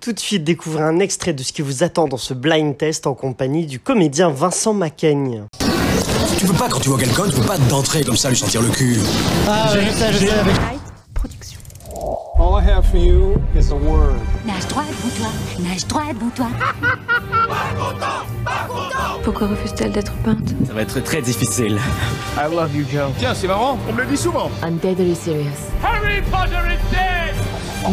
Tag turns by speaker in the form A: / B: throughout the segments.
A: Tout de suite, découvrez un extrait de ce qui vous attend dans ce blind test en compagnie du comédien Vincent Macaigne.
B: Tu peux pas, quand tu vois quelqu'un, tu peux pas d'entrer comme ça lui sentir le cul.
C: Ah, je sais, je sais.
D: Production.
E: All I have for you is a word.
D: Nage droit debout toi, nage droit debout toi.
F: Pourquoi refuse-t-elle d'être peinte
G: Ça va être très difficile.
H: Tiens, c'est marrant, on me le dit souvent.
I: I'm deadly serious.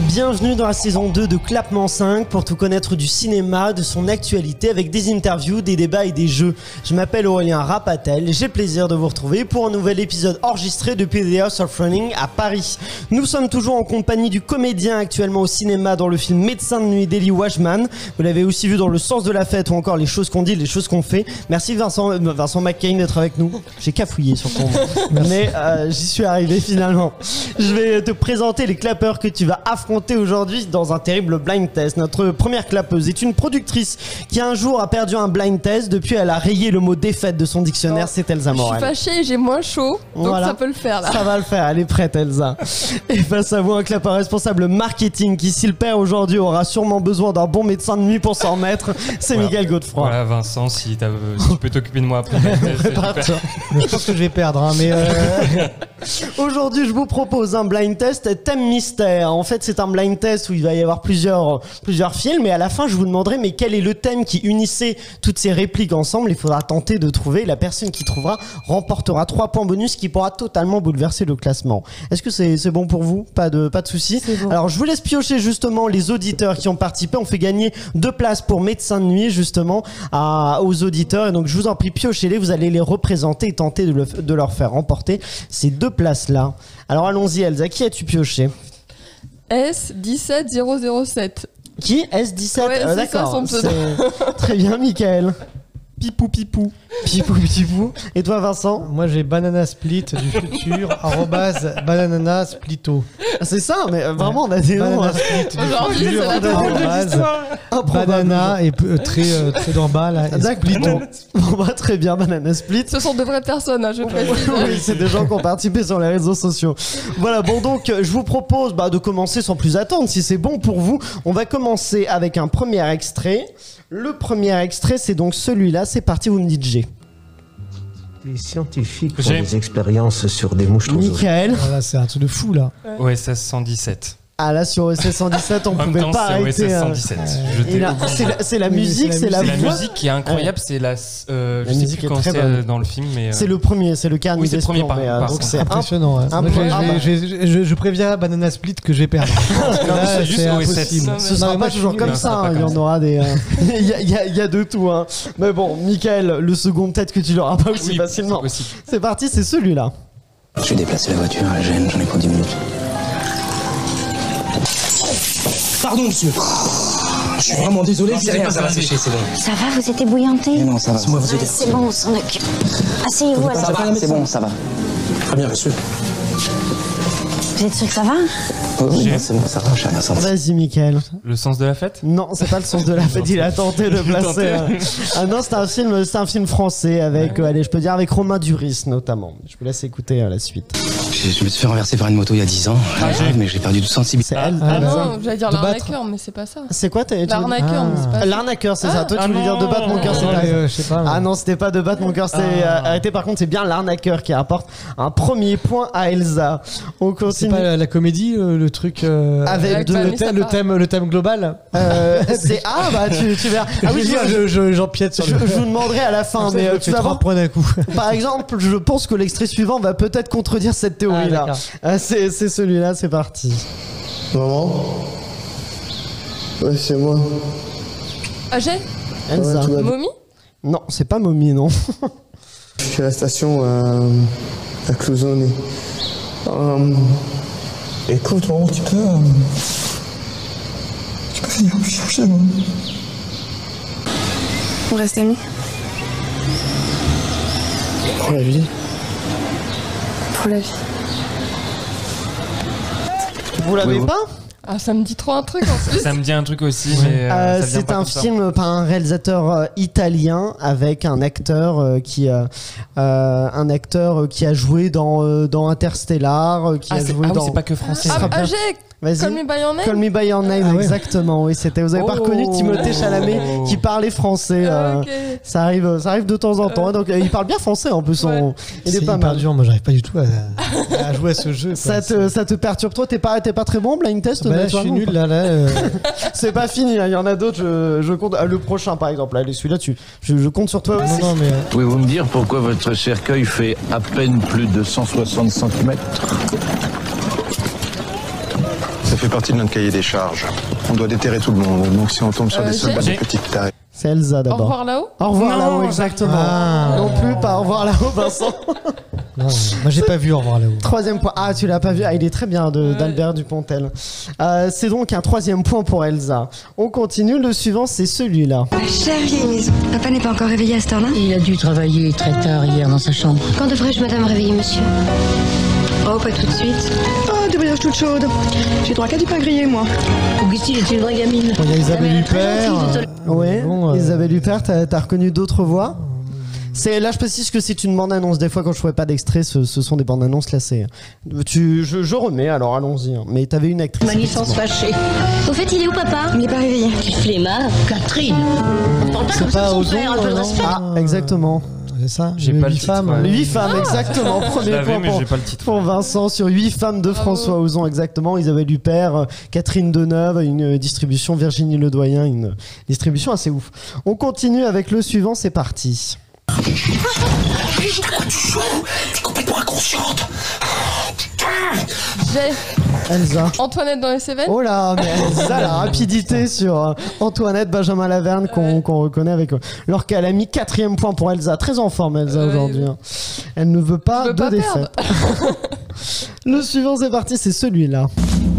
A: Bienvenue dans la saison 2 de Clapement 5 pour tout connaître du cinéma, de son actualité avec des interviews, des débats et des jeux. Je m'appelle Aurélien Rapatel, j'ai le plaisir de vous retrouver pour un nouvel épisode enregistré depuis The House of Running à Paris. Nous sommes toujours en compagnie du comédien actuellement au cinéma dans le film Médecin de nuit d'Eli Washman. Vous l'avez aussi vu dans Le sens de la fête ou encore Les choses qu'on dit, les choses qu'on fait. Merci Vincent, euh, Vincent McCain d'être avec nous. J'ai cafouillé sur ton nom. mais euh, j'y suis arrivé finalement. Je vais euh, te présenter les clapeurs que tu vas affronter aujourd'hui dans un terrible blind test. Notre première clapeuse est une productrice qui un jour a perdu un blind test. Depuis, elle a rayé le mot défaite de son dictionnaire.
J: Oh,
A: C'est Elsa
J: Je suis
A: Morel.
J: fâchée et j'ai moins chaud, donc
A: Voilà.
J: ça peut le faire là.
A: Ça va le faire, elle est prête Elsa. Et face à vous, un clapeur responsable marketing qui, s'il perd aujourd'hui, aura sûrement besoin d'un bon médecin de nuit pour s'en remettre. C'est
K: Voilà.
A: Miguel Godefroy.
K: Voilà Vincent, si, t'as- euh, si tu peux t'occuper de moi après.
A: Prépare-toi.
C: Je pense que je vais perdre, hein, mais. euh,
A: Aujourd'hui, je vous propose un blind test thème mystère. En fait, c'est un blind test où il va y avoir plusieurs, plusieurs films et à la fin, je vous demanderai mais quel est le thème qui unissait toutes ces répliques ensemble. Il faudra tenter de trouver. La personne qui trouvera remportera trois points bonus qui pourra totalement bouleverser le classement. Est-ce que c'est c'est bon pour vous Pas de, pas de soucis Alors, je vous laisse piocher justement les auditeurs qui ont participé. On fait gagner deux places pour médecin de nuit justement à, aux auditeurs. Et donc, je vous en prie, piochez-les. Vous allez les représenter et tenter de, le- de leur faire remporter ces deux places-là. Alors, allons-y, Elsa. Qui as-tu pioché
J: S17007.
A: Qui S17
J: Ouais,
A: Euh,
J: c'est ça,
A: D'accord.
J: son pseudo.
A: c'est- Très bien, Michael.
C: Pipou, pipou.
A: Pipou, pipou. Et toi, Vincent
C: Moi, j'ai Banana Split du futur, arrobase Banana Splito.
A: C'est ça, mais euh, vraiment, on a des noms.
C: Banana
A: hein.
C: Split du
J: Aujourd'hui,
C: futur,
J: c'est la
C: arrobase
A: Improbables.
C: Banana et peu- euh, très, euh, très d'en bas, là. et
A: D'accord.
C: Splito.
A: Bon, bah, très bien, Banana Split.
J: Ce sont de vraies personnes, hein, je précise.
A: oui, c'est des gens qui ont participé sur les réseaux sociaux. Voilà, bon donc euh, je vous propose bah, de commencer sans plus attendre. Si c'est bon pour vous, on va commencer avec un premier extrait. Le premier extrait, c'est donc celui-là. C'est parti, vous me dites G.
B: Les scientifiques
K: font J'ai- des
B: expériences sur des mouches
A: Michael.
C: Voilà, c'est un truc de fou, là.
K: OSS 117.
A: Ah là, sur OSS 117, on
K: En même
A: pouvait
K: temps,
A: pas
K: c'est E OSS
A: arrêter. euh,
K: 117. Je
A: il
K: t'ai-
A: a- C'est la, c'est la
C: Oui, mais
A: musique, c'est
C: c'est la
A: la,
K: C'est la
A: voix.
K: musique qui est incroyable, c'est la. s- euh,
A: La
K: je sais
A: musique est
K: plus quand
A: très
K: c'est
A: bonne.
K: euh, dans le film, mais. euh,
A: C'est le premier, c'est le carnet
K: Oui, c'est le
A: d'espion,
K: premier par-
A: mais, euh,
K: par
A: donc
K: contre.
A: c'est imp-
C: Impressionnant. hein.
A: un
C: Moi, je, vais-
A: point.
C: je vais- je vais- je- je préviens Banana Split que je vais perdre. Ah, Parce que
K: Non,
C: là,
K: c'est juste OSS.
C: impossible.
J: Non, mais-
A: Ce sera
C: mais
A: pas
C: moi, je suis
A: toujours
C: nul.
A: comme
K: Non, ce
A: ça,
K: sera
A: hein,
K: pas
A: il y
K: comme
A: en aura des. euh, Il y, a- il y a- il y a de tout. Hein. Mais bon, Michael, le second, peut-être que tu l'auras pas aussi
K: oui,
A: facilement.
K: c'est possible.
A: C'est parti, c'est celui-là.
B: J'ai déplacé la voiture, elle gêne, j'en ai pour 10 minutes. Pardon, monsieur. Je suis vraiment désolé, c'est rien, ça va sécher, c'est bon.
D: Ça va, vous êtes ébouillanté
B: Mais non, ça va. Laissez-moi
L: Ah,
B: vous aider.
D: C'est bon, on s'en occupe. Asseyez-vous
B: Ça
D: alors.
B: va, c'est bon, ça va. Très bien, monsieur.
D: Vous êtes sûr que ça va
B: Oh, oui, non, c'est bon, ça va, j'ai rien senti.
A: Vas-y, Michael.
K: Le sens de la fête
A: Non, c'est pas le sens de la fête, il a tenté de placer. euh, Ah non, c'est un film, c'est un film français avec, euh, allez, je peux dire avec Romain Duris notamment. Je vous laisse écouter euh, la suite.
B: Je, je me suis fait renverser par une moto il y a 10 ans, mais Ah, j'ai perdu toute sensibilité.
A: C'est elle.
C: Ah,
J: Ah
C: là,
J: non, j'allais dire
C: de battre.
J: l'arnaqueur, mais c'est pas ça.
A: C'est quoi t'as- tu-
J: L'arnaqueur, mais c'est pas ça.
A: L'arnaqueur, c'est ça. Toi, tu
K: Ah
A: voulais dire de
K: non.
A: battre mon cœur, c'est
C: Ouais,
A: pas
C: euh, je sais pas.
A: Ah
C: moi.
A: non, c'était pas de battre mon cœur, c'est
C: Ah.
A: euh, arrêté. Par contre, c'est bien l'arnaqueur qui apporte un premier point à Elsa. On
C: C'est
A: continue.
C: pas la, la comédie, euh, le truc. euh,
A: Avec
C: le,
A: de-
C: thème, le,
J: ça
C: thème,
J: part.
C: le thème, le thème global.
A: Euh, c'est ah bah tu, tu verras. Ah oui,
C: je,
A: je,
C: je- je- j'empiète sur
A: je,
C: le.
A: je vous demanderai à la fin,
C: Comme ça,
A: mais
C: je
A: euh,
C: me
A: tu
C: fais
A: vas
C: trois
A: voir.
C: points d'un coup.
A: Par exemple, je pense que l'extrait suivant va peut-être contredire cette théorie là.
C: Ah, d'accord.
A: c'est c'est celui-là, c'est parti.
M: Maman Ouais, c'est moi.
J: Ah, j'ai
A: Elsa.
M: Ouais, tu vas-
J: Mommy
A: Non, c'est pas Momie non.
M: Je suis à la station euh, à Clouzone. Euh, écoute, maman, tu peux. euh, Tu peux venir me chercher, maman
F: On reste amis
M: Pour la vie.
F: pour la vie.
A: Vous l'avez pas
J: Ah, ça me dit trop un truc en plus.
K: Ça me dit un truc aussi, mais. euh,
A: Euh,
K: ça vient
A: c'est
K: pas
A: un
K: comme ça.
A: film par un réalisateur euh, italien avec un acteur euh, qui euh, euh, un acteur euh, qui a joué dans euh, dans Interstellar, euh, qui
K: Ah,
A: a
K: c'est-
A: joué
K: ah oui,
A: dans
K: c'est pas que français.
A: Ah,
J: Ah,
A: bien.
J: j'ai
A: Vas-y.
J: Call me by your name
A: Call Me By Your Name,
C: Ah ouais.
A: exactement. Oui, c'était. Vous avez pas
K: Oh.
A: reconnu Timothée Chalamet qui parlait français. euh,
J: Ah, ok.
A: Ça arrive, ça arrive de temps en temps. Donc, euh, il parle bien français en plus. on-
J: Ouais.
A: Il est,
C: C'est
A: pas
C: hyper
A: mal.
C: dur, moi j'arrive pas du tout à, à jouer à ce jeu. quoi.
A: Ça te,
C: C'est-
A: ça te perturbe toi T'es pas, t'es pas très bon blind test
C: Bah là, je suis
A: naturellement,
C: nul
A: ou
C: là. là euh,
A: pas C'est pas fini. hein. Il y en a d'autres. Je, je compte. Ah, le prochain par exemple. Allez, celui-là, tu, je, je compte sur toi.
C: non, non, mais euh,
H: Pouvez-vous me dire pourquoi votre cercueil fait à peine plus de 160 cm
G: Ça fait partie de notre cahier des charges. On doit déterrer tout le monde, donc si on tombe sur
J: Euh,
G: des
J: j'ai-
G: soldats de
K: j'ai-
G: petite taille.
A: C'est Elsa
J: Au
A: d'abord.
J: revoir là-haut
A: Au revoir
K: Non,
A: là-haut, exactement.
C: Ah.
A: Non plus, pas au revoir là-haut, Vincent.
C: non, euh, moi j'ai pas vu au revoir là-haut.
A: Troisième point. Ah, tu l'as pas vu. Ah, il est très bien de-
J: Ouais.
A: d'Albert Dupontel. Euh, c'est donc un troisième point pour Elsa. On continue. Le suivant, c'est celui-là.
F: Chère vieille maison. Papa n'est pas encore réveillé à cette heure-là
D: Il a dû travailler très tard hier dans sa chambre.
F: Quand devrais-je, madame, réveiller monsieur Oh, pas tout de suite. Oh, des brioches toutes chaudes. J'ai droit qu'à du pain grillé, moi.
D: Augustine est une vraie gamine.
C: Bon, Il y a Isabelle
D: mère est très
C: Huppert.
D: gentille,
C: euh,
A: Ouais.
C: bon, euh,
A: Isabelle Huppert, t'as t'as reconnu d'autres voix c'est, là, je précise que c'est une bande-annonce. Des fois, quand je trouvais pas d'extrait, ce, ce sont des bandes-annonces classées. Tu, je, je remets, alors allons-y. hein. Mais t'avais une actrice.
D: Ma licence
A: effectivement.
D: fâchée. Au fait, il est où, papa
F: Il n'est pas réveillé.
D: Petit flemmard. Catherine. Parle pas comme ça
C: pas
D: de son
C: Ozon,
D: frère, un peu de
C: non
D: respect.
A: Ah, exactement.
C: C'est ça
K: J'ai
C: Le
K: pas le
C: huit
K: titre, hein.
C: femmes.
K: ouais.
C: euh,
A: Huit femmes, exactement.
K: Je
A: Premier
K: l'avais,
A: point
K: mais
A: pour,
K: j'ai pas le titre.
A: pour Vincent sur huit femmes de François Ozon, exactement. Isabelle Huppert, euh, Catherine Deneuve, une euh, distribution, Virginie Ledoyen, une euh, distribution assez ouf. On continue avec le suivant, c'est parti.
B: T'es complètement inconsciente
J: J'ai
A: Elsa.
J: Antoinette dans les Cévennes.
A: Oh là, mais Elsa, la rapidité sur euh, Antoinette, Benjamin Laverne qu'on
J: Ouais.
A: qu'on reconnaît avec euh, leur qu'elle a mis quatrième point pour Elsa. Très en forme Elsa
J: Ouais.
A: aujourd'hui. hein. Elle ne veut pas
J: Je veux
A: de
J: pas
A: défaite. le suivant, c'est parti, c'est celui-là.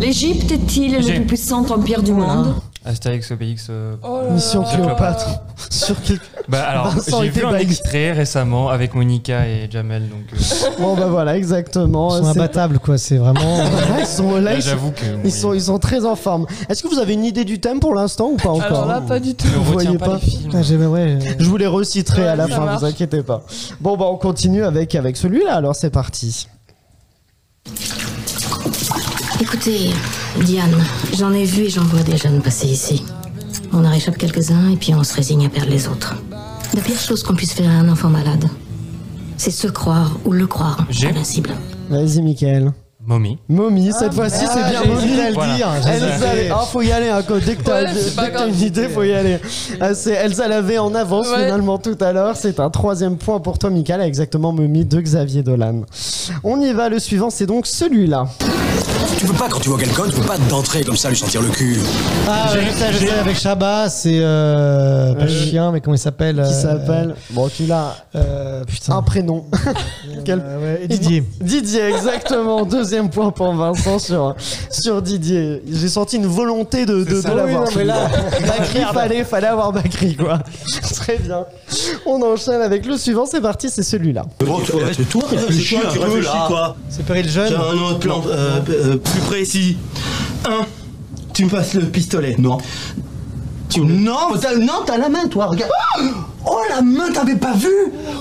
D: L'Égypte est-il le
K: J'ai-
D: plus puissant empire du monde
K: Astérix, Obélix. euh,
J: Oh là
A: Mission
J: là.
A: Cléopâtre. Sur quel-
K: Bah alors,
A: Vincent
K: j'ai
A: était
K: vu un
A: bailli.
K: extrait récemment avec Monica et Jamel, donc euh,
A: Bon bah voilà, exactement.
C: Ils sont
A: C'est-
C: imbattables quoi, c'est vraiment.
A: Là, ils sont là,
K: là,
A: ils sont-
K: j'avoue que.
A: ils sont, ils sont très en forme. Est-ce que vous avez une idée du thème pour l'instant ou pas encore
J: Alors Ah, là, pas du tout.
K: ne
A: Vous
K: retiens
A: voyez
K: pas,
A: pas Ah,
K: les films.
C: Putain, j'ai- ouais, euh,
A: Je vous les reciterai à la
J: Ouais, ça
A: fin,
J: marche.
A: vous inquiétez pas. Bon bah on continue avec, avec celui-là, alors c'est parti.
D: Écoutez, Diane, j'en ai vu et j'en vois des jeunes passer ici. On en réchappe quelques-uns et puis on se résigne à perdre les autres. La pire chose qu'on puisse faire à un enfant malade, c'est se croire ou le croire
K: J'ai-
D: invincible.
A: Vas-y Michael.
K: Mommy.
A: Momie,
J: Ah,
A: cette fois-ci c'est bien
C: j'ai hésité
A: Momie.
C: à le
K: Voilà.
C: dire. j'ai hésité.
A: Elsa, oh, faut y aller, hein, quoi. dès que t'as
J: Ouais, c'est
A: dès
J: pas
A: que t'as
J: grave.
A: une idée, faut y aller. Ah, c'est- Elsa l'avait en avance
J: Ouais.
A: finalement tout à l'heure. C'est un troisième point pour toi, Michael, exactement Momie de Xavier Dolan. On y va, le suivant, c'est donc celui-là.
B: Tu peux pas, quand tu vois quelqu'un, tu peux pas d'entrer comme ça, lui sentir le cul.
C: Ah, ouais, je sais, je sais, avec Shabba, c'est. euh, pas chien, mais comment il s'appelle
A: Qui
C: euh,
A: s'appelle Bon, tu l'as.
C: euh, Putain.
A: Un prénom. Quel-
C: Euh, ouais, et Didier.
A: Didier, exactement. Deuxième point pour Vincent sur, sur Didier. J'ai senti une volonté de, de,
K: C'est ça.
A: de l'avoir.
K: Oui, non, mais là,
A: Bakri, fallait, fallait avoir Bakri, quoi. Très bien. On enchaîne avec le suivant. C'est parti, c'est celui-là.
J: Euh,
B: Bon, c'est toi, réfléchis un peu, là.
C: C'est Péril Jeune.
B: J'ai un autre plan euh, euh, plus précis. Un, tu me passes le pistolet. Non. Tu non, t'as, non, t'as la main, toi, regarde. Oh, la main, t'avais pas vu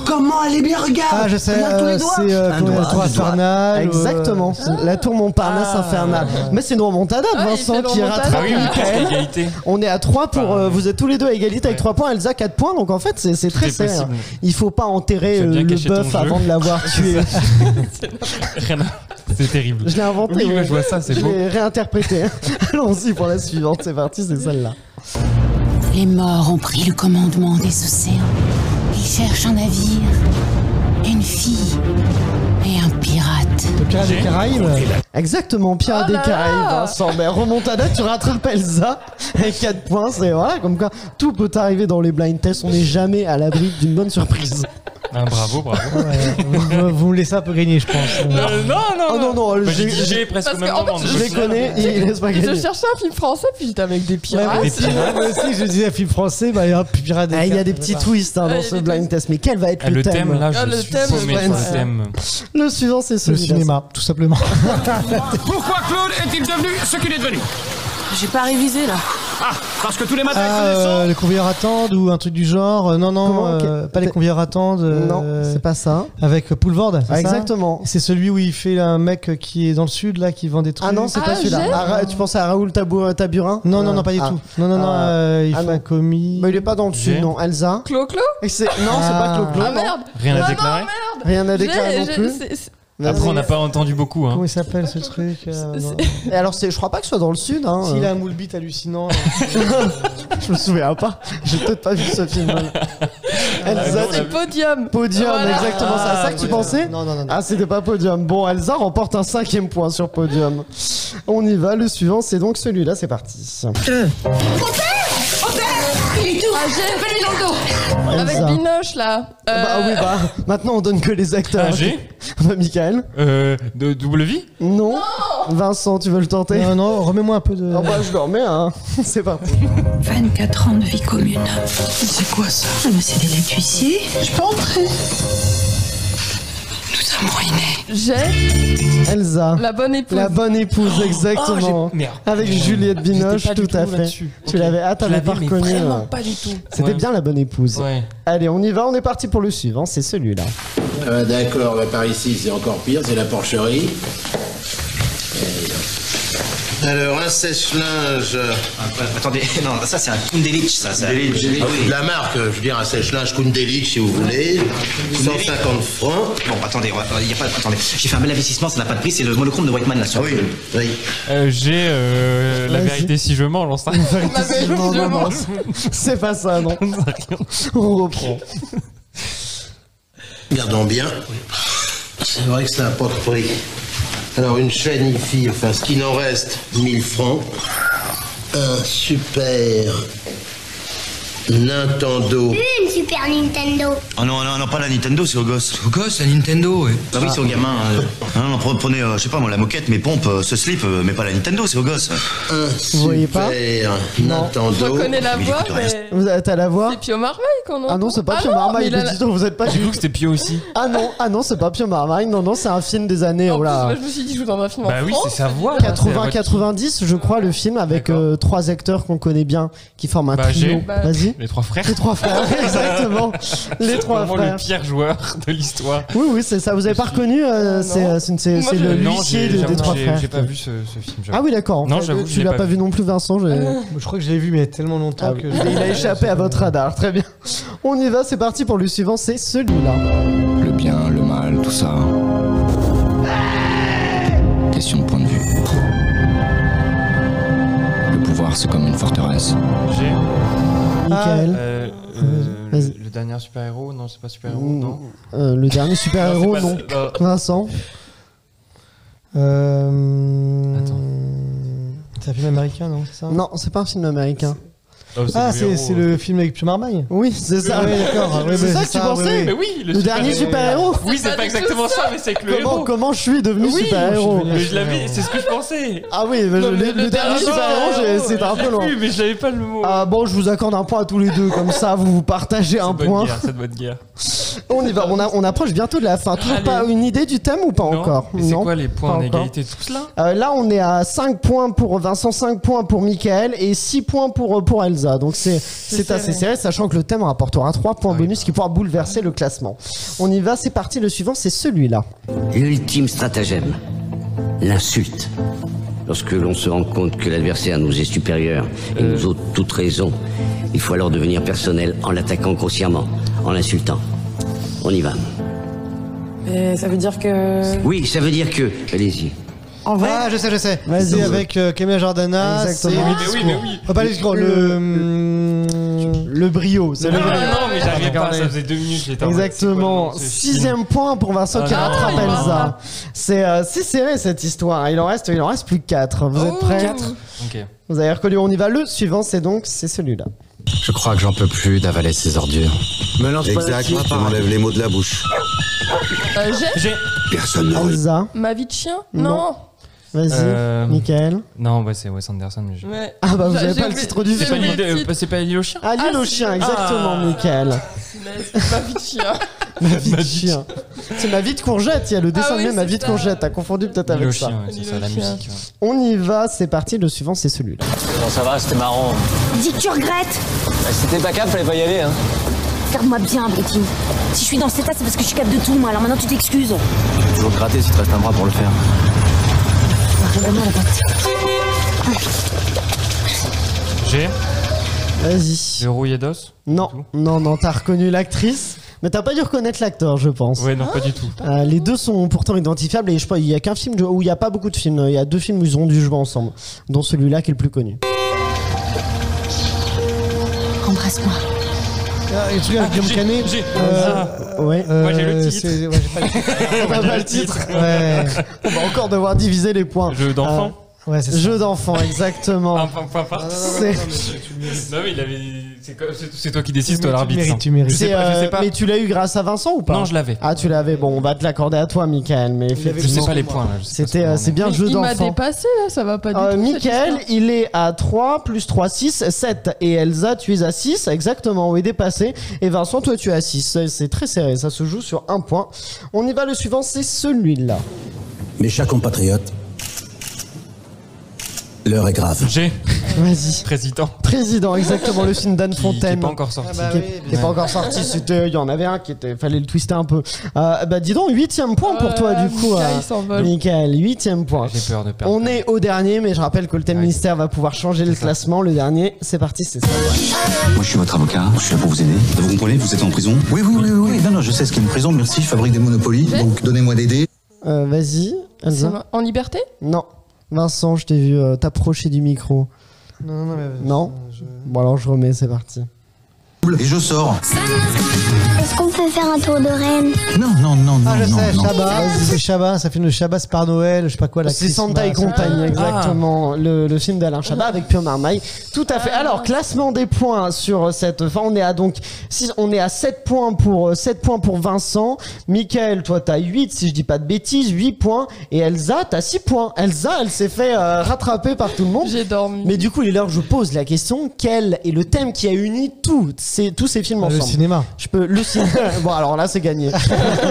B: Comment elle est bien, regarde
C: Ah, je sais,
B: Regarde tous les
C: euh,
B: doigts.
C: c'est euh,
B: Un
C: comment il y a
B: doigt,
C: trois
B: deux doigts.
C: Farnal, euh,
A: Ah, Exactement. La tour Montparnasse
K: Ah.
A: infernale. Mais c'est une remontada de
J: Ah, il
A: Vincent
J: fait
A: qui
J: remontada.
A: rattrape
K: Ah oui, oui, presque
A: Michael.
K: égalité.
A: On est à 3 pour.
K: Enfin,
A: euh, vous êtes tous les deux à égalité avec 3 points. Elsa 4 points. Donc en fait, c'est c'est très
K: est
A: serré. hein.
K: possible.
A: Il faut pas enterrer
K: Tu as
A: euh,
K: bien
A: le
K: caché ton
A: bœuf
K: jeu.
A: avant de l'avoir tué.
K: Rien à- C'est terrible.
A: Je l'ai inventé.
K: Oui,
A: ouais.
K: moi, je vois ça, c'est
A: Je
K: beau.
A: l'ai réinterprété. Allons-y pour la suivante. C'est parti, c'est celle-là.
D: Les morts ont pris le commandement des océans. Ils cherchent un navire, une fille et un pirate.
C: Le Pirate des Caraïbes.
A: Exactement, Pierre
J: Oh
A: des
J: là
A: Caraïbes,
J: là
A: Vincent. Mais remontada, tu rattrapes Elsa avec 4 points. C'est voilà, comme quoi tout peut arriver dans les blind tests. On n'est jamais à l'abri d'une bonne surprise.
K: Ah, bravo, bravo.
C: Ouais, vous, vous me laissez un peu gagner, je pense.
K: Euh, non, non,
A: Oh non, non,
K: Bah,
A: j'ai-
K: j'ai dit j'ai presque
J: Parce
K: au même
J: que, en fait,
K: moment. euh,
A: Je les connais et ils laissent pas
J: Je
A: gagner.
J: cherchais un film français, puis j'étais avec des
C: Ouais,
J: pirates.
K: des
C: mais si,
H: Ah,
C: moi aussi, je disais film français, bah hop, Pirate des
A: Ah, il y a
C: Caraïbes,
A: des petits
C: voilà.
A: twists hein,
J: Ah, il y
A: dans
J: a
A: ce
J: des
A: blind
J: twists.
A: test. Mais quel va être
K: Ah,
A: le,
K: le thème, là, je
J: Ah, le
K: suis
J: thème,
K: paumé
A: ouais,
K: sur le
A: ouais.
K: thème.
A: Le suivant, c'est
C: Le
A: celui-là.
C: cinéma, tout simplement.
H: Pourquoi Claude est-il devenu ce qu'il est devenu
F: J'ai pas révisé là.
N: Ah, parce que tous les matins,
H: Ah, euh, les convieurs attendent ou un truc du genre. Euh, non, non,
A: Comment, ok.
H: euh, pas les convieurs attendent.
A: Non, Euh, c'est
H: pas ça. Avec Poulvord, c'est
A: Ah,
H: ça
A: exactement.
H: C'est celui où il fait là, un mec qui est dans le sud là, qui vend des trucs.
A: Ah non, c'est pas celui-là. Ah, Ra- tu pensais à Raoul Tabou- Taburin Euh,
H: Non, non, non, pas du
A: Ah.
H: tout. Non, non, non, euh, il fait un commis.
A: Mais il est pas dans le sud,
H: J'ai.
A: non. Elsa
J: Clo-Clo
A: Et c'est- Non, c'est pas
H: Ah.
A: Clo-Clo.
J: Ah
A: non.
J: merde
K: Rien
J: Non,
K: à
J: non,
K: déclarer
J: merde.
A: Rien à déclarer
J: J'ai-
A: non
J: j'ai-
A: plus.
J: c'est- c'est-
K: Après, on n'a pas entendu beaucoup. Hein.
H: Comment il s'appelle ce truc euh, non.
A: Et alors, c'est- je crois pas que ce soit dans le sud. Hein,
H: S'il
A: euh.
H: a un moule bite hallucinant.
A: Je me souviens pas. J'ai peut-être pas vu ce film. Elsa,
J: C'est
A: tu-
J: podium.
A: Podium,
J: Voilà.
A: exactement. C'est à ça que tu pensais
H: Non, non, non. non.
A: Ah, c'était pas Podium. Bon, Elsa remporte un cinquième point sur Podium. On y va. Le suivant, c'est donc celui-là. C'est parti.
F: Il est tout.
J: Ah, j'ai
F: Fais-lui dans le dos.
J: Avec
A: Elsa.
J: Binoche là. Euh,
A: Bah oui, bah maintenant on donne que les acteurs.
K: Ah, j'ai
A: Bah, Michael
K: Euh, de double vie
A: non. Vincent, tu veux le tenter
H: Non, non, remets-moi un peu de.
A: Ah bah, je leur mets un. C'est parti.
F: 24 ans de vie commune. C'est quoi ça ah, mais C'est des lettres huissiers. Je peux entrer. Nous sommes ruinés.
J: J'ai
A: Elsa.
J: la bonne épouse.
A: oh. La bonne épouse, exactement.
K: Oh, j'ai- merde.
A: Avec Juliette Binoche,
K: J'étais pas
A: tout
K: du
A: à
K: tout
A: fait.
K: là-dessus.
A: Tu
K: Ok.
A: l'avais, ah,
K: Je
A: t'avais pas
K: l'avais, mais
A: reconnu.
K: vraiment
A: ouais.
K: pas du tout.
A: C'était
K: Ouais.
A: bien la bonne épouse.
K: Ouais.
A: Allez, on y va, on est parti pour le suivant, c'est celui-là.
C: Euh,
O: Ah, D'accord, bah, par ici c'est encore pire, c'est la porcherie.
C: euh, Alors, un sèche-linge. attendez, non, ça c'est un Kundelich, ça.
O: Kundelich. Ah oui.
C: La marque, je veux dire, un sèche-linge Kundelich, si vous voulez. 150 francs. Bon, attendez, on va- il y a pas, attendez. J'ai fait un bel investissement, ça n'a pas de prix, c'est le monochrome de Whiteman, là, sur Oui, oui.
K: Euh, J'ai euh, la
A: Vas-y.
K: vérité si je mens, j'en sais rien.
A: Non, non, non, c'est pas ça, non. on reprend.
C: Regardons bien. C'est vrai que ça n'a pas de prix. Alors, une chaîne IFI, enfin, ce qu'il en reste, 1000 francs. Un super Nintendo.
D: Une Super Nintendo.
C: Oh non, non, non, pas la Nintendo, c'est au gosse. Au gosse, la Nintendo, oui. Bah oui, c'est au gamin. euh. Ah non, non, pre- prenez, euh, je sais pas moi, la moquette, mes pompes, euh, ce slip, euh, mais pas la Nintendo, c'est au gosse. Un
A: Vous voyez pas
C: Nintendo.
J: Je reconnais la voix, mais.
A: Vous avez- T'as la voix
J: C'est Pio Marmaille qu'on entend.
A: Ah non, c'est pas Pio
J: non,
A: Marmaille,
J: mais il a
A: mais
J: la-
A: dis donc, vous êtes pas
K: J'ai
A: du
K: cru que c'était Pio aussi.
A: Ah non, ah non, c'est pas Pio Marmaille, non, non, c'est un film des années, oh là.
J: Moi, je me suis dit, je joue dans un film en
K: Bah oui,
J: France.
K: c'est sa voix. là, c'est la voix de-
A: 80-90, je crois, le film avec euh, trois acteurs qu'on connaît bien qui forment un
K: Bah,
A: trio.
K: j'ai-
A: Vas-y.
K: Les trois frères.
A: Les trois frères, exactement. Les trois
K: Vraiment
A: frères.
K: le pire joueur de l'histoire.
A: Oui, oui, c'est ça. Vous avez pas reconnu euh, C'est euh, c'est- c'est-
K: Moi,
A: c'est
K: je-
A: le
K: Non,
A: huissier
K: j'ai-
A: de-
K: j'avoue
A: des
K: que
A: trois
K: j'ai-
A: frères.
K: J'ai pas vu ce, ce film. j'avoue.
A: Ah oui, d'accord. En
K: Non,
A: fait,
K: j'avoue que je
A: Tu
K: l'ai
A: l'as
K: pas Ah,
A: pas vu non plus, Vincent. j'ai-
H: Je crois que je l'ai vu, mais il y a tellement longtemps
A: Ah
H: que.
K: euh,
A: oui. Il a échappé à votre radar. Très bien. On y va, c'est parti pour le suivant. C'est celui-là.
P: Le bien, le mal, tout ça. Question de point de vue. Le pouvoir, c'est comme une forteresse.
K: J'ai.
A: Michael.
K: Euh, euh,
A: Vas-y.
K: le dernier super-héros Non, c'est pas super-héros,
A: Mm,
K: non.
A: euh, le dernier super-héros,
K: Mmh. Oh, Non,
A: non.
K: c'est pas- non.
A: Vincent.
H: Euh... C'est un film américain, non C'est ça
A: Non, c'est pas un film américain.
K: Oh,
H: Ah,
K: le héros,
H: c'est c'est
K: euh.
H: le film avec Pio Marmaille
A: Oui, c'est ça.
H: Oui, d'accord. Oui,
A: c'est
H: mais
A: ça que
H: c'est
A: tu
H: ça,
A: pensais
K: Mais oui, le,
A: Le dernier super-héros.
K: euh. Oui, c'est pas exactement ça, mais c'est que le
A: Comment,
K: héros.
A: comment je suis devenu
K: Oui,
A: super-héros
K: Mais je l'avais, Ah, c'est ce que je pensais.
A: Ah oui, mais je-
K: Non,
A: le,
K: mais
A: le dernier super-héros, j'ai- c'était un
K: euh, je l'ai
A: peu loin.
K: vu, mais je l'avais pas le mot.
A: Ah bon, je vous accorde un point à tous les deux, comme ça vous vous partagez un
K: Bonne
A: point.
K: guerre, cette bonne guerre.
A: On y va, on, a- on approche bientôt de la fin. Toujours
K: Allez.
A: pas une idée du thème ou pas
K: Non,
A: encore
K: mais c'est
A: Non,
K: quoi les points
A: pas
K: en
A: encore.
K: égalité tout cela
A: Euh, Là, on est à 5 points pour Vincent, 5 points pour Michael et 6 points pour, euh, pour Elsa. Donc c'est c'est assez serré, sachant que le thème rapportera 3 points
K: Ah
A: bonus qui pourra bouleverser le classement. On y va, c'est parti, le suivant c'est celui-là.
B: L'ultime stratagème, l'insulte. Lorsque l'on se rend compte que l'adversaire nous est supérieur et
F: Euh.
B: nous ôte toute raison, il faut alors devenir personnel en l'attaquant grossièrement, en l'insultant. On y va.
F: Mais ça veut dire que.
B: Oui, ça veut dire que... Allez-y.
F: En vrai.
H: Ah, je sais, je sais.
A: Vas-y.
H: C'est avec euh, Camilla Jordana.
A: Exactement. Oui,
H: c'est-
K: mais oui, mais oui.
H: Oh, pas les discours, le. hum,
A: Le brio, c'est
K: Non,
A: le
K: non,
A: brio.
K: non, mais j'arrivais pas,
H: regardez.
K: ça faisait deux minutes, j'étais en mode,
A: Exactement.
K: c'est quoi le nom de ce film
A: Sixième point pour Vincent qui
K: Ah,
A: rattrape
K: il va.
A: Elsa. C'est euh, c'est serré cette histoire. Il en reste, il en reste plus que quatre. Vous
J: Oh,
A: êtes prêts
K: Ok.
A: Vous avez reconnu. On y va. Le suivant, c'est donc c'est celui-là.
P: Je crois que j'en peux plus d'avaler ces ordures.
C: Me lance exact, tu enlèves les mots de la bouche.
J: Euh, j'ai
K: J'ai.
C: Personne ne
A: Elsa,
J: ma vie de chien
A: Non.
J: Non.
A: vas-y.
K: Euh,
A: Michael.
K: Non, bah c'est Wes Anderson, mais je.
J: Ouais.
A: Ah bah vous
J: J'ai-
A: avez
J: j'ai
A: pas le
J: oublié-
A: titre du
J: j'ai
K: C'est pas
A: film.
J: oublié
K: l'île
J: le
K: de-
J: titre.
K: c'est pas l'île au chien
A: Ah, l'île
J: Ah,
A: aux
J: si.
A: chiens, exactement,
K: Ah.
A: Michael.
J: Punaise, ma vie de chien.
C: Ma vie de chien. C'est ma vie de courgette, il y a le dessin
A: Ah oui,
C: animé ma
A: c'est
C: vie de courgette. T'as confondu peut-être avec ça. On y va, c'est parti. Le suivant, c'est celui-là.
Q: Bon, ça va, c'était marrant.
L: Dis que tu regrettes
Q: Bah, C'était pas cap, fallait pas y aller. Hein.
L: Regarde-moi bien, abruti. Si je suis dans cet état, c'est parce que je suis capable de tout, moi. Alors maintenant, tu t'excuses.
Q: Faut Toujours gratter si te reste un bras pour le faire.
L: Regarde-moi la patte.
K: J'ai
A: Vas-y.
K: Le rouillé d'os
A: Non, non, non, t'as reconnu l'actrice, mais t'as pas dû reconnaître l'acteur, je pense.
K: Ouais, non, pas du tout.
A: Euh, les deux sont pourtant identifiables et je crois il y a qu'un film où il y a pas beaucoup de films. Il y a deux films où ils ont dû jouer ensemble, dont celui-là qui est le plus connu.
L: Embrasse-moi.
H: ah,
C: Et tu regardes Guillaume Canet euh,
A: Ah. Ouais.
C: Moi j'ai le titre. Ouais, j'ai pas le titre.
A: T'as pas le titre Ouais. On va encore devoir diviser les points. Jeu
K: d'enfant Ah,
C: ouais, c'est ça.
A: Jeu d'enfant, exactement. C'est-
K: Non, mais il avait. c'est quoi- c'est- C'est toi qui décides, toi l'arbitre. hein. Je sais
A: C'est,
K: pas, je
A: euh,
K: sais pas.
A: Mais tu l'as eu grâce à Vincent ou pas
K: Non, je l'avais.
A: Ah, tu l'avais. Bon, on va te l'accorder à toi, Michael. Mais effectivement,
K: Je sais pas les points, là, je sais
A: C'était, euh, c'est bien
J: Mais
A: jeu
J: Il m'a
A: d'enfant.
J: dépassé là, ça va pas du
A: Euh,
J: tout. cette
A: Michael,
J: histoire.
A: il est à 3, plus 3, 6, 7. Et Elsa, tu es à 6, exactement, oui, dépassé. Et Vincent, toi, tu es à 6. C'est très serré, ça se joue sur un point. On y va, le suivant, c'est celui-là.
R: Mes chers compatriotes, l'heure est grave.
K: J'ai.
A: Vas-y.
K: Président.
A: Président, exactement, le film d'Anne
K: Qui-
A: Fontaine. Ah bah.
K: Qui est pas encore sorti.
A: Qui est- qui est pas encore sorti, c'était- il y en avait un qui était, fallait le twister un peu. Euh, bah dis donc, huitième point pour toi du coup,
J: Michael,
A: euh,
J: il s'envole.
A: Michael, huitième point.
K: J'ai peur de perdre.
A: On est au dernier, mais je rappelle que le thème ministère va pouvoir changer le classement. Le dernier, c'est parti, c'est ça.
S: Moi, je suis votre avocat, je suis là pour vous aider. Vous comprenez, vous êtes en prison Oui, oui, oui, oui. Non, non, je sais ce qu'est une prison, merci, je fabrique des monopolies, donc donnez-moi des dés.
A: Euh, Vas-y,
J: C'est
A: Elsa.
J: ma- En liberté
A: Non, Vincent, je t'ai vu euh, t'approcher du micro.
C: Non, non, mais. euh,
A: Non Bon alors je remets, c'est parti.
S: Et je sors.
T: Est-ce qu'on peut faire un tour de Rennes
S: Non, non, non, non,
C: Ah, je
S: non.
C: sais,
S: non.
C: Shabbat, c'est Shabbat, ça fait le Shabbat par Noël, je sais pas quoi, la
A: C'est Santa et
C: Christmas. Ah.
A: compagnie, exactement. Le, le film d'Alain Chabat avec Pio Marmaille. Tout à fait. Alors, classement des points sur euh, cette fin. On est à donc, six- on est à 7 points pour, euh, 7 points pour Vincent. Michael, toi, t'as 8, si je dis pas de bêtises, 8 points. Et Elsa, t'as 6 points. Elsa, elle s'est fait euh, rattraper par tout le monde.
J: J'ai dormi.
A: Mais du coup, il est l'heure que je pose la question. Quel est le thème qui a uni tous ces, tous ces films
C: Ah, le
A: ensemble?
C: cinéma.
A: Je peux le citer. bon alors là c'est gagné.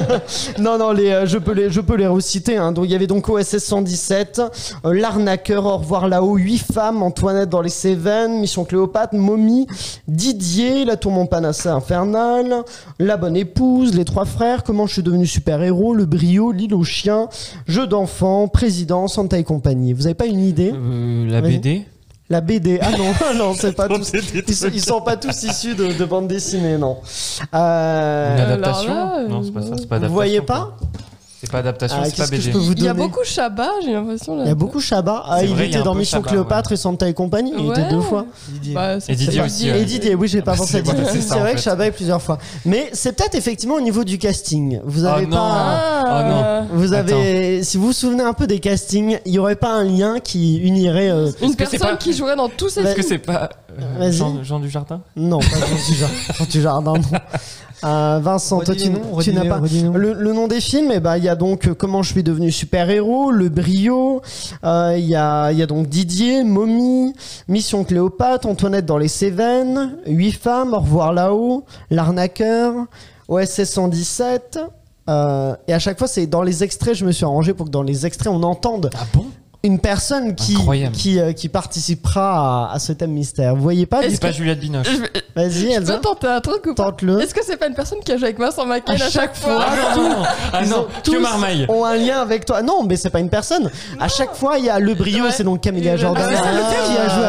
A: non non les euh, je peux les je peux les reciter. hein. Donc il y avait donc OSS 117, euh, l'arnaqueur, au revoir là-haut, huit femmes, Antoinette dans les Cévennes, Mission Cléopâtre, Momie, Didier, la tour Montparnasse infernale, la bonne épouse, les trois frères, comment je suis devenu super héros, le brio, l'île aux chiens, jeu d'enfant, président, Santa et compagnie. Vous avez pas une idée
K: Euh, La
A: Vas-y.
K: BD
A: La BD. Ah non, non, c'est pas tous.
K: C'est des
A: Ils sont,
K: trucs.
A: ils sont pas tous issus de, de bandes dessinées, non. Euh,
K: Une adaptation Non, c'est pas ça, c'est pas
A: Vous
K: adaptation.
A: voyez pas
K: C'est pas adaptation,
A: Ah,
K: c'est pas
A: qu'est-ce que
K: BD.
A: je peux vous
J: Il y a
A: donner
J: beaucoup Shabbat, j'ai l'impression. là.
A: Il y a beaucoup Chabat. Ah,
K: C'est
A: il
K: vrai, il y a
A: était
K: un
A: dans
K: peu
A: Mission
K: Chabat,
A: Cléopâtre et Santa et compagnie. Il était
J: Ouais.
A: deux fois.
J: Bah, c'est-
K: Et Didier
J: c'est-
K: aussi,
A: Et Didier, oui, j'ai pas
K: Ah,
A: pensé à
K: c'est-
A: Didier.
K: voilà, c'est ça,
A: C'est
K: en
A: vrai
K: fait.
A: que Chabat est plusieurs fois. Mais c'est peut-être effectivement au niveau du casting. Vous
K: Oh
A: avez
K: non.
A: pas.
K: Ah, oh non.
A: Vous avez, si vous vous souvenez un peu des castings, il y aurait pas un lien qui unirait. euh,
J: Une
K: que c'est
J: personne
K: pas-
J: qui jouerait dans tous ces
C: Bah,
K: Est-ce que
J: films.
K: c'est pas euh,
A: Vas-y.
K: Jean, Jean du Jardin
A: Non, pas Jean du Jardin. Jean du Jardin, non. Euh, Vincent, toi,
C: Redis
A: tu,
C: les noms,
A: tu
C: redis
A: n'as
C: les-
A: pas.
C: redis les noms.
A: Le, le nom des films, eh ben, il y a donc euh, Comment je suis devenu super-héros, Le Brio, euh, il y, a, il y a donc Didier, Momie, Mission Cléopâtre, Antoinette dans les Cévennes, Huit femmes, Au revoir là-haut, L'arnaqueur, OSS 117. euh, et à chaque fois, c'est dans les extraits, je me suis arrangé pour que dans les extraits, on entende. une personne qui,
K: Incroyable.
A: qui, euh, qui participera à, à ce thème mystère. Vous voyez pas
K: C'est
A: du-
K: pas Juliette Binoche.
J: Je vais-
A: Vas-y,
J: Je
A: Elsa.
J: peux tenter un truc ou pas
A: Tente-le.
J: Est-ce que c'est pas une personne qui a joué avec moi sans maquille à, chaque fois,
K: Ah non, ah
A: Ils
K: non,
A: ont
K: que
A: tous
K: Marmaille.
A: ont un lien avec toi. Non, mais c'est pas une personne. À chaque fois, il y a le brio, c'est donc Camilla Jordan
K: Ah, c'est ça, le
A: qui a
K: thème.
A: joué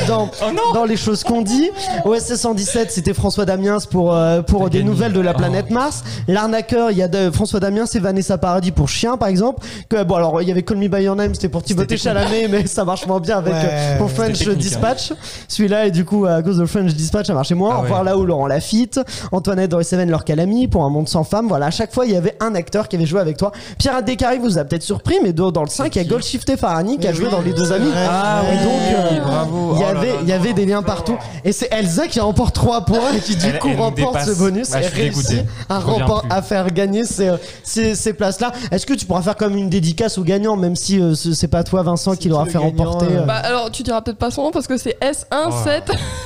A: avec toi dans, dans les choses qu'on dit. OSS 117, c'était François Damiens pour euh, pour des nouvelles de la planète Mars. L'arnaqueur, il y a de- François Damiens, c'est Vanessa Paradis pour Chien, par exemple. Que bon, alors il y avait Call Me by Your Name, c'était pour Timothée
K: technique.
A: Chalamet, mais ça marche moins bien avec
C: Ouais,
A: euh, pour
C: c'était
A: French
C: technique, hein.
A: Dispatch. Celui-là et du coup à cause de French Dispatch, ça marchait moins.
C: Ah
A: Au revoir
C: ouais.
A: là-haut, Laurent Lafitte, Antoinette dans les Cévennes, leur calami pour un monde sans femmes. Voilà, à chaque fois, il y avait un acteur qui avait joué avec toi. Pirates des Caraïbes vous a peut-être surpris, mais dans, dans le 5, il y a Goldshifteh Farhani qui a joué dans Les Deux Amis.
K: Ah
A: et
K: oui,
A: donc, euh,
K: bravo.
A: il y
K: Oh là
A: avait,
K: là,
A: il y avait des liens partout. Et c'est Elsa qui remporte 3 points et qui, du
K: Elle-
A: coup,
K: elle nous
A: remporte
K: dépasse.
A: ce bonus
K: Bah,
A: et
K: je suis dégoûté.
A: réussit à,
K: Je reviens
A: remporter-
K: plus.
A: à faire gagner ces, euh, ces, ces places-là. Est-ce que tu pourras faire comme une dédicace aux gagnants, même si euh, ce- c'est pas toi, Vincent, qui l'aura fait remporter. euh,
J: Bah alors tu diras peut-être pas son nom parce que c'est
C: Oh.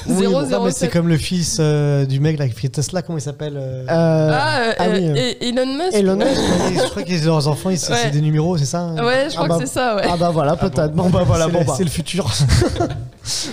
C: Oui, bon, non, mais c'est
J: S17007.
C: comme le fils euh, du mec là, qui fait Tesla, comment il s'appelle euh
J: Ah, euh,
C: oui, euh.
J: et- et Elon Musk.
C: Elon Musk, ouais, je crois que leurs enfants, ils- c'est
J: Ouais.
C: c'est des numéros, c'est ça hein
J: Ouais, je crois que c'est ça, ouais.
A: Ah bah voilà, peut-être. bon. bah voilà,
C: C'est
A: bon
C: le-
A: bah.
C: C'est le futur.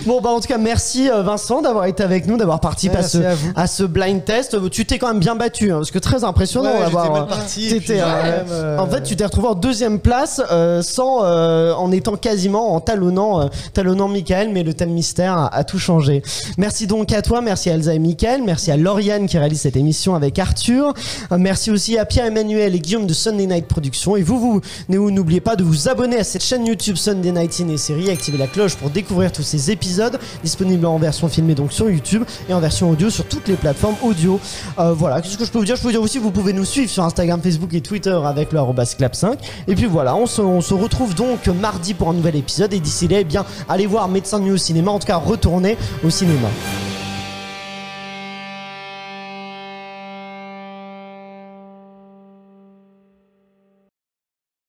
A: Bon bah en tout cas merci euh, Vincent d'avoir été avec nous, d'avoir participé
C: Merci
A: à, ce,
C: à vous.
A: à ce blind test. Euh, Tu t'es quand même bien battu, hein, parce que très impressionnant
C: Ouais,
A: on va
C: j'étais
A: voir,
C: mal
A: euh,
C: parti, et
A: t'étais,
C: puis j'ai
A: euh,
C: quand même, euh,
A: En fait tu t'es retrouvé en deuxième place euh, sans euh, en étant quasiment en talonnant, euh, talonnant Michael, mais le thème mystère a, a tout changé. Merci donc à toi, merci à Elsa et Michael, merci à Lauriane qui réalise cette émission avec Arthur, Euh, merci aussi à Pierre-Emmanuel et Guillaume de Sunday Night Productions. Et vous, vous, Néo, n'oubliez pas de vous abonner à cette chaîne YouTube Sunday Night in et séries, activez la cloche pour découvrir tous ces épisodes disponibles en version filmée donc sur YouTube et en version audio sur toutes les plateformes audio. Euh, voilà, qu'est-ce que je peux vous dire Je peux vous dire aussi, vous pouvez nous suivre sur Instagram, Facebook et Twitter avec le arobase clap5. Et puis voilà, on se, on se retrouve donc mardi pour un nouvel épisode. Et d'ici là, eh bien, allez voir Médecin de nuit au cinéma, en tout cas, retournez au cinéma.